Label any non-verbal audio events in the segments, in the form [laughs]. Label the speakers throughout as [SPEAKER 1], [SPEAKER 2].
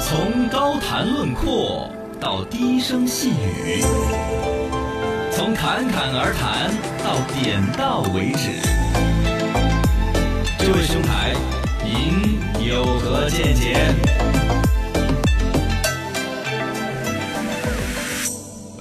[SPEAKER 1] 从高谈论阔到低声细语，从侃侃而谈到点到为止。这位兄台，您有何见解？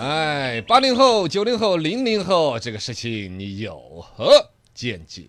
[SPEAKER 2] 哎，八零后、九零后、零零后，这个事情你有何见解？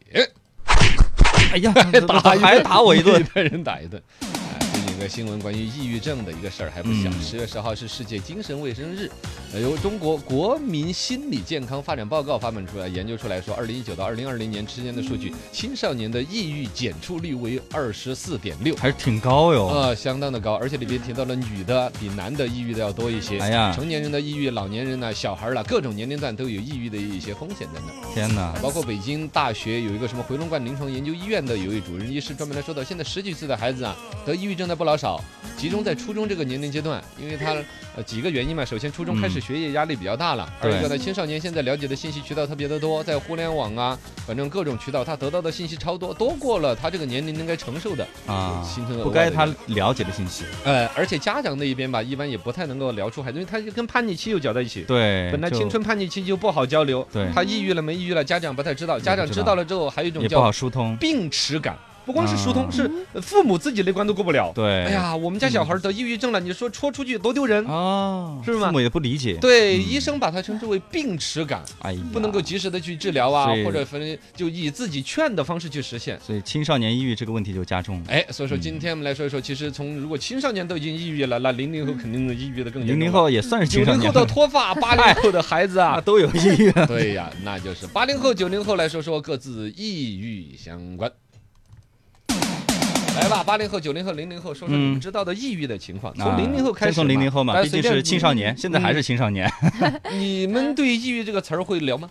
[SPEAKER 3] 哎呀，
[SPEAKER 2] [laughs] 打一
[SPEAKER 3] 还打我一顿，，
[SPEAKER 2] 被人打一顿。哎最近有个新闻关于抑郁症的一个事儿还不小。
[SPEAKER 1] 嗯
[SPEAKER 2] 十、月十号是世界精神卫生日，呃由中国国民心理健康发展报告发表出来，研究出来说，二零一九到二零二零年之间的数据，青少年的抑郁检出率为二十四点六。
[SPEAKER 3] [laughs] 还是挺高哟。
[SPEAKER 2] 啊，相当的高，而且里边提到了女的比男的抑郁的要多一些。
[SPEAKER 3] 哎呀
[SPEAKER 2] 成年人的抑郁、老年人呢、小孩儿了，各种年龄段都有抑郁的一些风险在那儿。
[SPEAKER 3] 天哪，
[SPEAKER 2] 包括北京大学有一个什么回龙观临床研究医院的有一位主任医师专门来说到，现在十几岁的孩子啊，得抑郁症的不老少，集中在初中这个年龄阶段，因为他呃几个原因嘛，首先初中开始
[SPEAKER 3] 嗯
[SPEAKER 2] 学业压力比较大了，
[SPEAKER 3] 对
[SPEAKER 2] 二一个呢，青少年现在了解的信息渠道特别的多，在互联网啊，反正各种渠道，他得到的信息超多，多过了他这个年龄应该承受的
[SPEAKER 3] 啊
[SPEAKER 2] 形成了
[SPEAKER 3] 不
[SPEAKER 2] 额外
[SPEAKER 3] 该
[SPEAKER 2] 的
[SPEAKER 3] 他
[SPEAKER 2] 压力
[SPEAKER 3] 了解的信息，
[SPEAKER 2] 呃，而且家长那一边吧，一般也不太能够聊出孩子，因为他就跟叛逆期又搅在一起。
[SPEAKER 3] 对，
[SPEAKER 2] 本来
[SPEAKER 3] 就
[SPEAKER 2] 青春叛逆期就不好交流，
[SPEAKER 3] 对
[SPEAKER 2] 他抑郁了没抑郁了，家长不太知道，家长
[SPEAKER 3] 知
[SPEAKER 2] 知
[SPEAKER 3] 道
[SPEAKER 2] 道了之后，还有一种
[SPEAKER 3] 也不好
[SPEAKER 2] 叫
[SPEAKER 3] 疏通，
[SPEAKER 2] 病耻感，不光是疏
[SPEAKER 3] 啊
[SPEAKER 2] 通，是父母自己那关都过不了。
[SPEAKER 3] 对，
[SPEAKER 2] 哎呀，我们家小孩得抑郁症了，你说戳出去多丢人！
[SPEAKER 3] 哦，
[SPEAKER 2] 是吗
[SPEAKER 3] 父母也不理解，，
[SPEAKER 2] 对，医生把它称之为病耻感，
[SPEAKER 3] 哎呀，
[SPEAKER 2] 不能够及时的去治疗啊
[SPEAKER 3] 所以，
[SPEAKER 2] 或者反正就以自己劝的方式去实现。
[SPEAKER 3] 所以青少年抑郁这个问题就加重了。
[SPEAKER 2] 哎，所以说今天我们来说一说，其实从如果青少年都已经抑郁了，那零零后肯定抑郁的更
[SPEAKER 3] 零
[SPEAKER 2] 严重
[SPEAKER 3] 零
[SPEAKER 2] 了。
[SPEAKER 3] 后也算
[SPEAKER 2] [laughs]
[SPEAKER 3] 是
[SPEAKER 2] 九
[SPEAKER 3] 青少
[SPEAKER 2] 零
[SPEAKER 3] 年
[SPEAKER 2] 后的脱 [laughs] 发，八零后的孩
[SPEAKER 3] [laughs]
[SPEAKER 2] 子
[SPEAKER 3] 啊
[SPEAKER 2] 啊。 [laughs]
[SPEAKER 3] 都有抑郁了。
[SPEAKER 2] 对呀，那就是八零后、九零后来说说各自抑郁相关。来吧，八零后、九零后、零零后，说说你
[SPEAKER 3] 嗯
[SPEAKER 2] 们知道的抑郁的情况。从
[SPEAKER 3] 啊
[SPEAKER 2] 零零后开始嘛，
[SPEAKER 3] 先从零零后嘛，
[SPEAKER 2] 来
[SPEAKER 3] 毕竟
[SPEAKER 2] 随便嗯
[SPEAKER 3] 是青少年，现在还是青少
[SPEAKER 2] [laughs]
[SPEAKER 3] 年。
[SPEAKER 2] 你。你们对抑郁这个词儿会聊吗？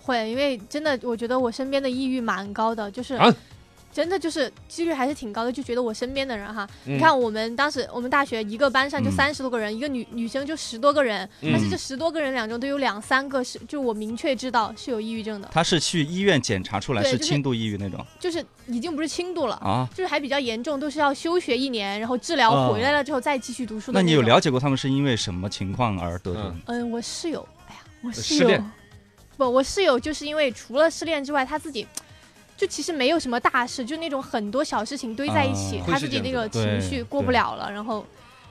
[SPEAKER 4] 会，因为真的，我觉得我身边的抑郁蛮高的，就是、
[SPEAKER 2] 啊
[SPEAKER 4] 真的就是几率还是挺高的。就觉得我身边的人哈，
[SPEAKER 2] 你
[SPEAKER 4] 你，看我们当时我们大学一个班上就
[SPEAKER 3] 嗯
[SPEAKER 4] 三十多个人，一个女女生就十多个人，但是
[SPEAKER 3] 嗯
[SPEAKER 4] 这十多个人两中都有两三个是，就我明确知道是有抑郁症的，
[SPEAKER 3] 他是去医院检查出来
[SPEAKER 4] 对
[SPEAKER 3] 是
[SPEAKER 4] 就是
[SPEAKER 3] 轻度抑郁那种
[SPEAKER 4] 就是已经不是轻度了。
[SPEAKER 3] 啊？
[SPEAKER 4] 就是还比较严重，都是要休学一年，然后治
[SPEAKER 3] 哦
[SPEAKER 4] 疗回来了之后再继续读书
[SPEAKER 3] 那
[SPEAKER 4] 的种。
[SPEAKER 3] 你有了解过他们是因为什么情况而得的？
[SPEAKER 4] 嗯，我室友，哎呀，我室
[SPEAKER 2] 呃失
[SPEAKER 4] 友
[SPEAKER 2] 恋，
[SPEAKER 4] 不，我室友就是因为除了失恋之外，他自己就其实没有什么大事，就那种很多小事情堆在一起，
[SPEAKER 3] 啊
[SPEAKER 2] 会
[SPEAKER 4] 他
[SPEAKER 2] 是这
[SPEAKER 4] 自己
[SPEAKER 2] 样
[SPEAKER 4] 那
[SPEAKER 2] 子
[SPEAKER 4] 个
[SPEAKER 2] 的
[SPEAKER 4] 情
[SPEAKER 3] 对
[SPEAKER 4] 绪过
[SPEAKER 3] 对
[SPEAKER 4] 不了了，然后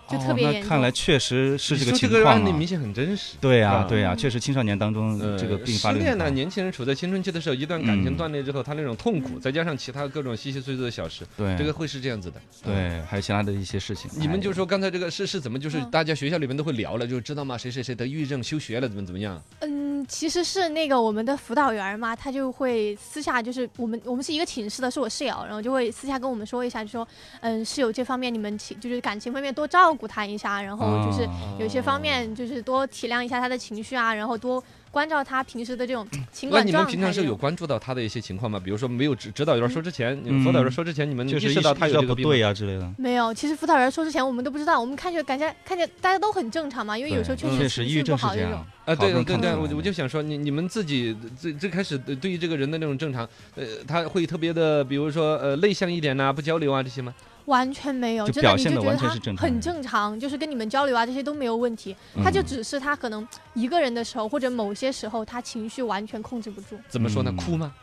[SPEAKER 4] 就特
[SPEAKER 3] 哦
[SPEAKER 4] 别
[SPEAKER 3] 那
[SPEAKER 4] 严重。
[SPEAKER 3] 看来确实是这个
[SPEAKER 2] 你说
[SPEAKER 3] 情
[SPEAKER 2] 这
[SPEAKER 3] 况、啊。
[SPEAKER 2] 个案例明显很真实。
[SPEAKER 3] 对呀、
[SPEAKER 2] 啊
[SPEAKER 3] 对呀、
[SPEAKER 4] 嗯
[SPEAKER 3] 确实青少年当中
[SPEAKER 2] 呃
[SPEAKER 3] 这个病发
[SPEAKER 2] 失
[SPEAKER 3] 率
[SPEAKER 2] 恋
[SPEAKER 3] 很高、
[SPEAKER 2] 呢，年轻人处在青春期的时候，一段感情
[SPEAKER 3] 嗯
[SPEAKER 2] 断裂之后，他那种痛苦，再加上其他各种稀稀碎碎的小事，
[SPEAKER 3] 对
[SPEAKER 2] 这个会是这样子的。
[SPEAKER 3] 对，还有其他的一些事情。
[SPEAKER 2] 你们就
[SPEAKER 3] 哎
[SPEAKER 2] 说刚才这个是是怎么，就是
[SPEAKER 4] 嗯
[SPEAKER 2] 大家学校里面都会聊了，就知道吗？谁谁谁得抑郁症休学了，怎么怎么样？
[SPEAKER 4] 嗯，其实是那个我们的辅导员儿嘛，他就会私下就是我们我们是一个寝室的，是我室友，然后就会私下跟我们说一下，就说嗯室友这方面你们情就是感情方面多照顾他一下，然后哦就是
[SPEAKER 2] 哦
[SPEAKER 3] 啊
[SPEAKER 4] 有些方面就是多体谅一下他的情绪啊，然后多关照他平时的这种情
[SPEAKER 2] 那
[SPEAKER 4] 感
[SPEAKER 2] 你
[SPEAKER 4] 状
[SPEAKER 2] 们
[SPEAKER 4] 态。
[SPEAKER 2] 平常是有关注到他的一些情况吗？比如说没有指指导员说之前，你们
[SPEAKER 3] 嗯
[SPEAKER 2] 辅导员说之前，你们
[SPEAKER 3] 就
[SPEAKER 2] 意
[SPEAKER 3] 是
[SPEAKER 2] 识到他有这
[SPEAKER 3] 不
[SPEAKER 2] 个病
[SPEAKER 3] 对啊
[SPEAKER 2] 吗？
[SPEAKER 3] 呀、之类的。
[SPEAKER 4] 没有，其实辅导员说之前我们都不知道，我们看着感觉看见大家都很正常嘛，因为有时候
[SPEAKER 3] 对
[SPEAKER 4] 确
[SPEAKER 3] 确
[SPEAKER 4] 实
[SPEAKER 3] 实
[SPEAKER 4] 情
[SPEAKER 3] 抑郁
[SPEAKER 4] 绪
[SPEAKER 3] 症
[SPEAKER 4] 不
[SPEAKER 3] 是
[SPEAKER 4] 好
[SPEAKER 3] 这
[SPEAKER 4] 这
[SPEAKER 3] 样
[SPEAKER 4] 种。。
[SPEAKER 2] 啊，对
[SPEAKER 3] 好不
[SPEAKER 2] 对
[SPEAKER 3] 容易
[SPEAKER 2] 对，
[SPEAKER 3] 看出
[SPEAKER 2] 我
[SPEAKER 3] 来
[SPEAKER 2] 就我就想说，你你们自己最最开始对于这个人的那种正常，呃，他会特别的，比如说呃内向一点呐，不交流啊这些吗？
[SPEAKER 4] 完全没有，
[SPEAKER 3] 就
[SPEAKER 4] 真
[SPEAKER 3] 表
[SPEAKER 4] 的你
[SPEAKER 3] 现
[SPEAKER 4] 就
[SPEAKER 3] 得
[SPEAKER 4] 觉
[SPEAKER 3] 完
[SPEAKER 4] 得
[SPEAKER 3] 全
[SPEAKER 4] 他
[SPEAKER 3] 是正常
[SPEAKER 4] 很
[SPEAKER 3] 人
[SPEAKER 4] 正常，就是跟你们交流啊这些都没有问题。他就
[SPEAKER 3] 嗯
[SPEAKER 4] 只是他可能一个人的时候，或者某些时候他情绪完全控制不住。
[SPEAKER 2] 怎么说呢？
[SPEAKER 3] 嗯
[SPEAKER 2] 哭吗？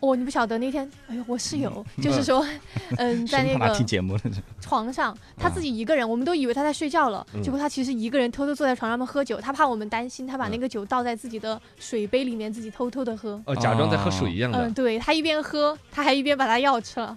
[SPEAKER 4] 哦，你不晓得那天，哎呦，我室友就是
[SPEAKER 2] 嗯
[SPEAKER 4] 说，
[SPEAKER 3] [laughs]
[SPEAKER 4] 嗯，在
[SPEAKER 3] 生
[SPEAKER 4] 那
[SPEAKER 3] 怕他
[SPEAKER 4] 个
[SPEAKER 3] 听节目了，
[SPEAKER 4] 床上，他自
[SPEAKER 3] 啊
[SPEAKER 4] 己一个人，我们都以为他在睡觉了，
[SPEAKER 2] 嗯
[SPEAKER 4] 结果他其实一个人偷偷坐在床上面喝酒，他怕我们担心，他把
[SPEAKER 2] 嗯
[SPEAKER 4] 那个酒倒在自己的水杯里面，自己偷偷的喝。
[SPEAKER 2] 哦，假装在喝水一样的
[SPEAKER 4] 嗯，。对他一边喝，他还一边把他药吃了，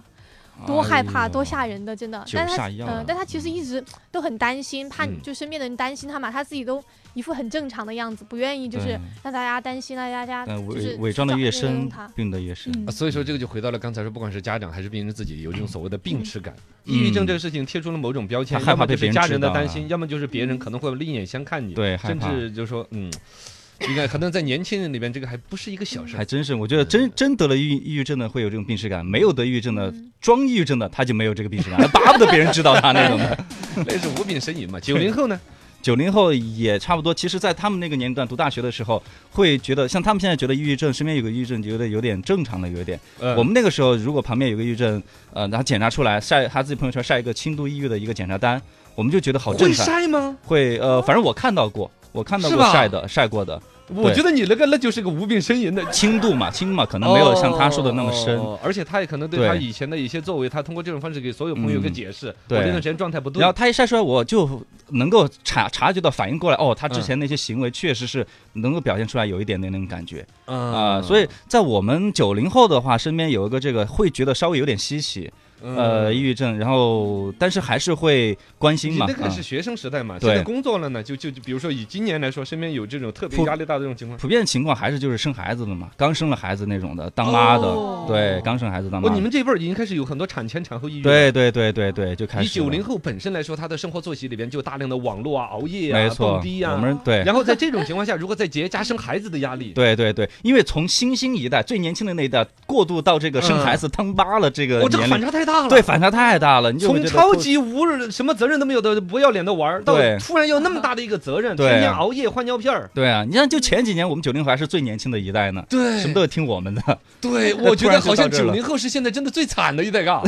[SPEAKER 3] 哎
[SPEAKER 4] 多害怕，多吓人的，真的。
[SPEAKER 3] 酒
[SPEAKER 4] 但是他，
[SPEAKER 3] 下药了
[SPEAKER 4] 嗯，但他其实一直都很担心，怕
[SPEAKER 2] 嗯
[SPEAKER 4] 就身边的人担心他嘛，他自己都一副很正常的样子，不愿意就是
[SPEAKER 3] 对
[SPEAKER 4] 让大家担心，让大家
[SPEAKER 3] 但
[SPEAKER 4] 就是
[SPEAKER 3] 呃伪伪装的
[SPEAKER 4] 找
[SPEAKER 3] 越
[SPEAKER 4] 那个
[SPEAKER 3] 深
[SPEAKER 4] 用他，
[SPEAKER 3] 病的越深。
[SPEAKER 4] 嗯
[SPEAKER 2] 啊，所以说这个就回到了刚才说，不管是家长还是病人自己，有这种所谓的病耻感、
[SPEAKER 3] 嗯
[SPEAKER 2] 抑郁症这个事情贴出了某种标签，
[SPEAKER 3] 他害怕
[SPEAKER 2] 要么就
[SPEAKER 3] 被别
[SPEAKER 2] 是
[SPEAKER 3] 人
[SPEAKER 2] 家人
[SPEAKER 3] 知道啊
[SPEAKER 2] 的担心，要么就是别人可能会另眼相看你，
[SPEAKER 3] 对，害
[SPEAKER 2] 甚
[SPEAKER 3] 怕。
[SPEAKER 2] 至就说嗯，你看可能在年轻人里边，这个还不是一个小事
[SPEAKER 3] 还
[SPEAKER 2] 儿。
[SPEAKER 3] 真是，我觉得
[SPEAKER 2] 嗯
[SPEAKER 3] 真真得了抑郁抑郁症的会有这种病耻感，没有得抑郁症的
[SPEAKER 4] 嗯
[SPEAKER 3] 装抑郁
[SPEAKER 4] [laughs]
[SPEAKER 3] 症的他就没有这个病耻感，巴不得别人知道他那种的。
[SPEAKER 2] 那是无病呻吟嘛。九零后呢？
[SPEAKER 3] 九零后也差不多。其实，在他们那个年龄段读大学的时候，会觉得像他们现在觉得抑郁症，身边有个抑郁症，觉得有点正常了，有一点。
[SPEAKER 2] 呃
[SPEAKER 3] 我们那个时候，如果旁边有个抑郁症，呃，然后检查出来晒他自己朋友圈晒一个轻度抑郁的一个检查单，我们就觉得好正
[SPEAKER 2] 会
[SPEAKER 3] 常。
[SPEAKER 2] 晒吗？
[SPEAKER 3] 会呃，反正我看到过，我看到
[SPEAKER 2] 是
[SPEAKER 3] 过
[SPEAKER 2] 吧
[SPEAKER 3] 晒的晒过的
[SPEAKER 2] 我
[SPEAKER 3] 对
[SPEAKER 2] 觉得你那个那就是个无病呻吟的，
[SPEAKER 3] 轻度嘛，轻嘛，可能没有像他说的那么深。
[SPEAKER 2] 哦而且他也可能对他
[SPEAKER 3] 对嗯
[SPEAKER 2] 以前的一些作为，他通过这种方式给所有朋友一个解释，
[SPEAKER 3] 对
[SPEAKER 2] 我这段时间状态不对
[SPEAKER 3] 然后。他一晒出来，我就能够察察觉到、反应过来，
[SPEAKER 2] 嗯
[SPEAKER 3] 哦，他之前那些行为确实是能够表现出来有一点点那种感觉啊、
[SPEAKER 2] 啊
[SPEAKER 3] 所以在我们九零后的话，身边有一个这个会觉得稍微有点稀奇，
[SPEAKER 2] 嗯
[SPEAKER 3] 呃，抑郁症，然后但是还是会关心
[SPEAKER 2] 你
[SPEAKER 3] 嘛，
[SPEAKER 2] 那个
[SPEAKER 3] 啊
[SPEAKER 2] 是学生时代嘛，现
[SPEAKER 3] 对
[SPEAKER 2] 在工作了呢，就就就比如说以今年来说，身边有这种特别
[SPEAKER 3] 普
[SPEAKER 2] 压力大的这种情况，
[SPEAKER 3] 普遍情况还是就是生孩子的嘛，刚生了孩子那种的，当妈的，
[SPEAKER 2] 哦
[SPEAKER 3] 对，刚生孩子当妈
[SPEAKER 2] 哦，
[SPEAKER 3] 的
[SPEAKER 2] 你们这一辈儿已经开始有很多产前产后抑郁了。
[SPEAKER 3] 对对对对对，就开
[SPEAKER 2] 以
[SPEAKER 3] 始了
[SPEAKER 2] 九零后本身来说，他的生活作息里边就有大量的网络啊、熬夜啊、
[SPEAKER 3] 没错，
[SPEAKER 2] 蹦迪啊，
[SPEAKER 3] 我们对
[SPEAKER 2] 然后在这种情况下，如果再结加生孩子的压力，
[SPEAKER 3] [laughs] 对对对，因为从新兴一代最年轻的那一代过渡到这个生孩子当妈了这个
[SPEAKER 2] 嗯哦我这个
[SPEAKER 3] 年
[SPEAKER 2] 反
[SPEAKER 3] 龄，
[SPEAKER 2] 差太大了。
[SPEAKER 3] 对，反差太大了，你就会
[SPEAKER 2] 从
[SPEAKER 3] 觉得
[SPEAKER 2] 超
[SPEAKER 3] 不
[SPEAKER 2] 级无什么责任都没有的不要脸的玩儿，到
[SPEAKER 3] 对
[SPEAKER 2] 突然要那么大的一个责任，
[SPEAKER 3] 对
[SPEAKER 2] 天天熬夜换尿片儿。
[SPEAKER 3] 对啊，你像就前几年我们九零后还是最年轻的一代呢，
[SPEAKER 2] 对
[SPEAKER 3] 什么都听我们的，
[SPEAKER 2] 对，
[SPEAKER 3] [laughs] 突然
[SPEAKER 2] 我觉得
[SPEAKER 3] 就
[SPEAKER 2] 好像
[SPEAKER 3] 到这儿
[SPEAKER 2] 九
[SPEAKER 3] 了
[SPEAKER 2] 零后是现在真的最惨的一代啊！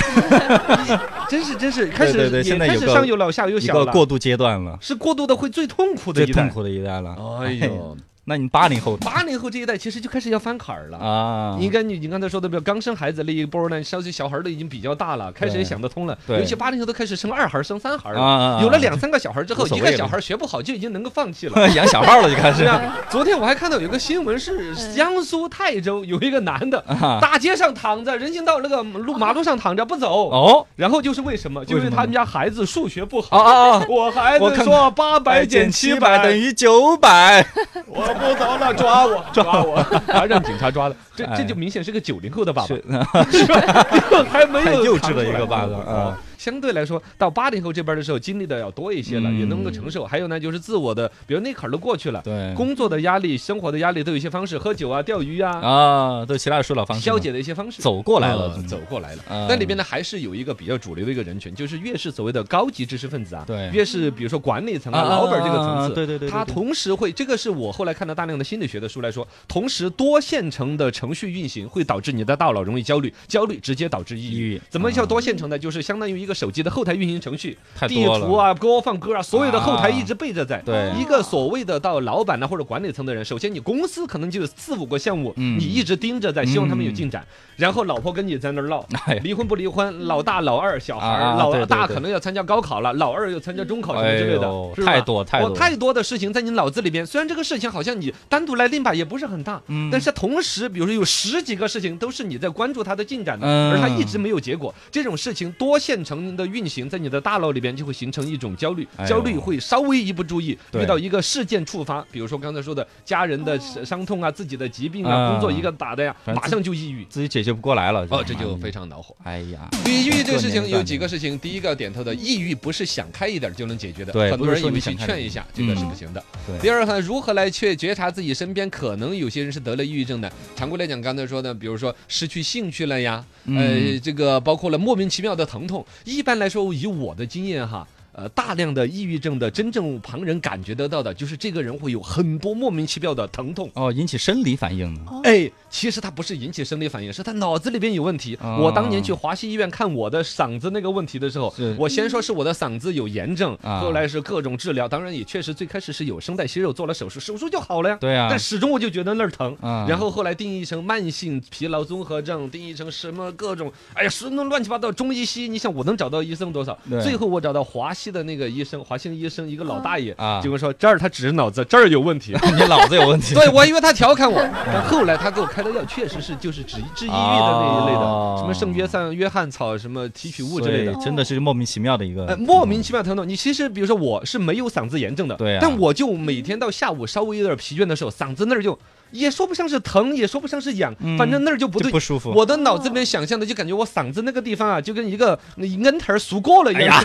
[SPEAKER 2] 真是真是，开始
[SPEAKER 3] 对对
[SPEAKER 2] 也
[SPEAKER 3] 现在有
[SPEAKER 2] 开始
[SPEAKER 3] 个
[SPEAKER 2] 上有老下有
[SPEAKER 3] 一
[SPEAKER 2] 小
[SPEAKER 3] 个
[SPEAKER 2] 了，
[SPEAKER 3] 过渡阶段了，
[SPEAKER 2] 是过渡的会最痛苦的
[SPEAKER 3] 最
[SPEAKER 2] 一
[SPEAKER 3] 痛
[SPEAKER 2] 代。
[SPEAKER 3] 苦的一代了。
[SPEAKER 2] 哎呦，
[SPEAKER 3] 那你八零后
[SPEAKER 2] 八零后这一代其实就开始要翻坎儿了。
[SPEAKER 3] 啊，
[SPEAKER 2] 应该你你刚才说的，比如刚生孩子那一波呢，稍微小孩儿都已经比较大了，开始也想得通了。
[SPEAKER 3] 对
[SPEAKER 2] 尤其八零后都开始生二孩儿、生三孩儿
[SPEAKER 3] 啊啊
[SPEAKER 2] 了，
[SPEAKER 3] 啊
[SPEAKER 2] 有了两三个小孩儿之后，
[SPEAKER 3] 无所
[SPEAKER 2] 一
[SPEAKER 3] 谓
[SPEAKER 2] 个
[SPEAKER 3] 了
[SPEAKER 2] 小孩儿学不好就已经能够放弃了。 [laughs]
[SPEAKER 3] 啊 [laughs] 养小号了就开
[SPEAKER 2] 是
[SPEAKER 3] 始
[SPEAKER 2] 啊，昨天我还看到有个新闻是
[SPEAKER 4] 嗯
[SPEAKER 2] 江苏泰州有一个男的，
[SPEAKER 3] 啊，
[SPEAKER 2] 大街上躺着，人行道那个路马路上躺着不走，
[SPEAKER 3] 哦
[SPEAKER 2] 然后就是为什么？就
[SPEAKER 3] 为
[SPEAKER 2] 因
[SPEAKER 3] 什
[SPEAKER 2] 为
[SPEAKER 3] 么
[SPEAKER 2] 他们家孩子数学不
[SPEAKER 3] 哦
[SPEAKER 2] 好。 [laughs]
[SPEAKER 3] 哦哦，
[SPEAKER 2] 我孩
[SPEAKER 3] 我
[SPEAKER 2] 子
[SPEAKER 3] 看
[SPEAKER 2] 说八百减七
[SPEAKER 3] 七
[SPEAKER 2] 百
[SPEAKER 3] 等于九百，
[SPEAKER 2] 我不走了，抓我，抓 [laughs] 我，还让警察抓了，这这就明显是个九零后的爸爸，
[SPEAKER 3] 是
[SPEAKER 2] 是吧？这 [laughs] 还没
[SPEAKER 3] 太
[SPEAKER 2] 有
[SPEAKER 3] 幼稚的
[SPEAKER 2] 扛出
[SPEAKER 3] 一
[SPEAKER 2] 来哦
[SPEAKER 3] 个爸爸啊。
[SPEAKER 2] 相对来说，到八零后这边的时候，经历的要多一些了，
[SPEAKER 3] 嗯
[SPEAKER 2] 也能够承受。还有呢，就是自我的，比如那坎儿都过去了，
[SPEAKER 3] 对
[SPEAKER 2] 工作的压力、生活的压力都有一些方式，喝酒啊、钓鱼啊，
[SPEAKER 3] 啊，都其他的疏导方式
[SPEAKER 2] 消解的一些方式。
[SPEAKER 3] 走过来了
[SPEAKER 2] 嗯，走过来了。
[SPEAKER 3] 嗯
[SPEAKER 2] 但里边呢，还是有一个比较主流的一个人群，就是越是所谓的高级知识分子啊，
[SPEAKER 3] 对
[SPEAKER 2] 越是比如说管理层啊、
[SPEAKER 3] 啊
[SPEAKER 2] 老板这个层
[SPEAKER 3] 啊
[SPEAKER 2] 次，
[SPEAKER 3] 对对对对
[SPEAKER 2] 他
[SPEAKER 3] 对
[SPEAKER 2] 同时会，这个是我后来看到大量的心理学的书来说，同时多线程的程序运行会导致你的大脑容易焦虑，焦虑直接导致抑
[SPEAKER 3] 抑
[SPEAKER 2] 郁
[SPEAKER 3] 郁。
[SPEAKER 2] 怎么叫多线程呢？就是相当于一个手机的后台运行程序，
[SPEAKER 3] 太
[SPEAKER 2] 地
[SPEAKER 3] 多了
[SPEAKER 2] 图啊、播放歌啊，所有的后台
[SPEAKER 3] 啊
[SPEAKER 2] 一直背着在。
[SPEAKER 3] 对
[SPEAKER 2] 一个所谓的到老板呢或者管理层的人，首先你公司可能就有四五个项目，
[SPEAKER 3] 嗯
[SPEAKER 2] 你一直盯着在，希望他们有进展。然后老婆跟你在那儿唠
[SPEAKER 3] 哎，呀
[SPEAKER 2] 离婚不离婚，老大老二小孩儿，
[SPEAKER 3] 啊啊对
[SPEAKER 2] 老
[SPEAKER 3] 对
[SPEAKER 2] 大
[SPEAKER 3] 对
[SPEAKER 2] 可能要参加高考了，老二又参加中考什么之类
[SPEAKER 3] 哎
[SPEAKER 2] 的
[SPEAKER 3] 呦，
[SPEAKER 2] 是吧
[SPEAKER 3] 太多太多
[SPEAKER 2] 哇太多的事情在你脑子里边。虽然这个事情好像你单独来拎吧也不是很大，
[SPEAKER 3] 嗯
[SPEAKER 2] 但是同时，比如说有十几个事情都是你在关注它的进展的，
[SPEAKER 3] 嗯
[SPEAKER 2] 而它一直没有结果。这种事情多线程的运行在你的大脑里边，就会形成一种焦虑
[SPEAKER 3] 哎，呦
[SPEAKER 2] 焦虑会稍微一不注意，
[SPEAKER 3] 对
[SPEAKER 2] 遇到一个事件触发，比如说刚才说的家人的伤伤痛啊、自己的疾病啊、
[SPEAKER 3] 啊
[SPEAKER 2] 工作一个打的呀，
[SPEAKER 3] 哦反正嗯
[SPEAKER 2] 马上就抑郁。
[SPEAKER 3] 自己解决不过来了。
[SPEAKER 2] 哦，这就非
[SPEAKER 3] 常
[SPEAKER 2] 常恼火。
[SPEAKER 3] 哎呀，
[SPEAKER 2] 抑郁这个事情有几个事情，第一个要点头的，抑郁不是想开一点就能解决的，
[SPEAKER 3] 对
[SPEAKER 2] 很多人以
[SPEAKER 3] 不
[SPEAKER 2] 为
[SPEAKER 3] 是说你想
[SPEAKER 2] 去
[SPEAKER 3] 开嗯
[SPEAKER 2] 劝一下，这个是不行的。
[SPEAKER 3] 对
[SPEAKER 2] 第二个呢，如何来去觉察自己身边可能有些人是得了抑郁症的？常规来讲，刚才说的，比如说失去兴趣了呀，呃，
[SPEAKER 3] 嗯
[SPEAKER 2] 这个包括了莫名其妙的疼痛。一般来说，以我的经验哈。呃，大量的抑郁症的真正旁人感觉得到的，就是这个人会有很多莫名其妙的疼痛，
[SPEAKER 3] 哦，引起生理反应呢。
[SPEAKER 2] 哎，其实他不是引起生理反应，是他脑子里边有问题。
[SPEAKER 3] 哦
[SPEAKER 2] 我当年去华西医院看我的嗓子那个问题的时候
[SPEAKER 3] 是，
[SPEAKER 2] 我先说是我的嗓子有炎症，
[SPEAKER 3] 啊
[SPEAKER 2] 后来是各种治疗，当然也确实最开始是有声带息肉，做了手术，手术就好了呀。
[SPEAKER 3] 对啊
[SPEAKER 2] 但始终我就觉得那儿疼。
[SPEAKER 3] 啊
[SPEAKER 2] 然后后来定义成慢性疲劳综合症，定义成什么各种，哎呀，是那乱七八糟中医西医，你想我能找到医生多少？
[SPEAKER 3] 对
[SPEAKER 2] 最后我找到华西的那个医生，华兴医生一个老大爷，
[SPEAKER 3] 啊
[SPEAKER 2] 就跟我说这儿他只是脑子，这儿有问题。
[SPEAKER 3] 你脑子有问题。
[SPEAKER 2] [laughs] 对，我还以为他调
[SPEAKER 3] [laughs]
[SPEAKER 2] 侃我，但后来他给我开的药确实是就是治治抑郁的那一类的，
[SPEAKER 3] 哦
[SPEAKER 2] 什么圣约翰约翰草什么提取物之类的。
[SPEAKER 3] 所以真的是莫名其妙的一个嗯
[SPEAKER 2] 呃，莫名其妙疼痛。你其实比如说我是没有嗓子炎症的，
[SPEAKER 3] 对啊
[SPEAKER 2] 但我就每天到下午稍微有点疲倦的时候，嗓子那儿就也说不上是疼，也说不上是痒，
[SPEAKER 3] 嗯
[SPEAKER 2] 反正那儿就不
[SPEAKER 3] 就
[SPEAKER 2] 对
[SPEAKER 3] 不。舒服。。
[SPEAKER 2] 我的脑子里面想象的就感觉我嗓子那个地方啊，就跟一个恩头儿熟过了一样，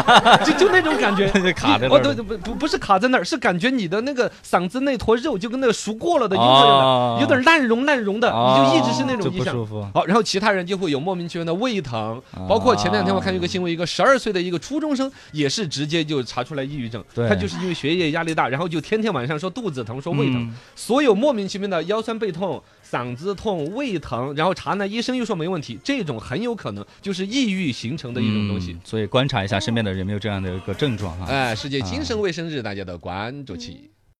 [SPEAKER 2] [laughs] 就就那种感觉
[SPEAKER 3] [laughs] 就卡在那
[SPEAKER 2] 哦，
[SPEAKER 3] 儿
[SPEAKER 2] 对，
[SPEAKER 3] 了。
[SPEAKER 2] 不不不是卡在那儿，是感觉你的那个嗓子那坨肉就跟那个熟过了的一样的，
[SPEAKER 3] 哦
[SPEAKER 2] 有点烂融烂融的，你就一直是那
[SPEAKER 3] 啊就
[SPEAKER 2] 种
[SPEAKER 3] 不
[SPEAKER 2] 印象。
[SPEAKER 3] 舒服。啊
[SPEAKER 2] 好，然后其他人就会有莫名其妙的胃疼，包括前两天我看有个新闻，一个十二岁的一个初中生也是直接就查出来抑郁症，
[SPEAKER 3] 对
[SPEAKER 2] 他就是因为学业压力大，然后就天天晚上说肚子疼，说胃疼，
[SPEAKER 3] 嗯
[SPEAKER 2] 所有莫名其妙的腰酸背痛、嗓子痛、胃疼，然后查呢，医生又说没问题，这种很有可能就是抑郁形成的一种东西
[SPEAKER 3] 嗯。所以观察一下身边的人有没有这样的一个症状啊。
[SPEAKER 2] 哎，世界精神卫生日，大家的关注起。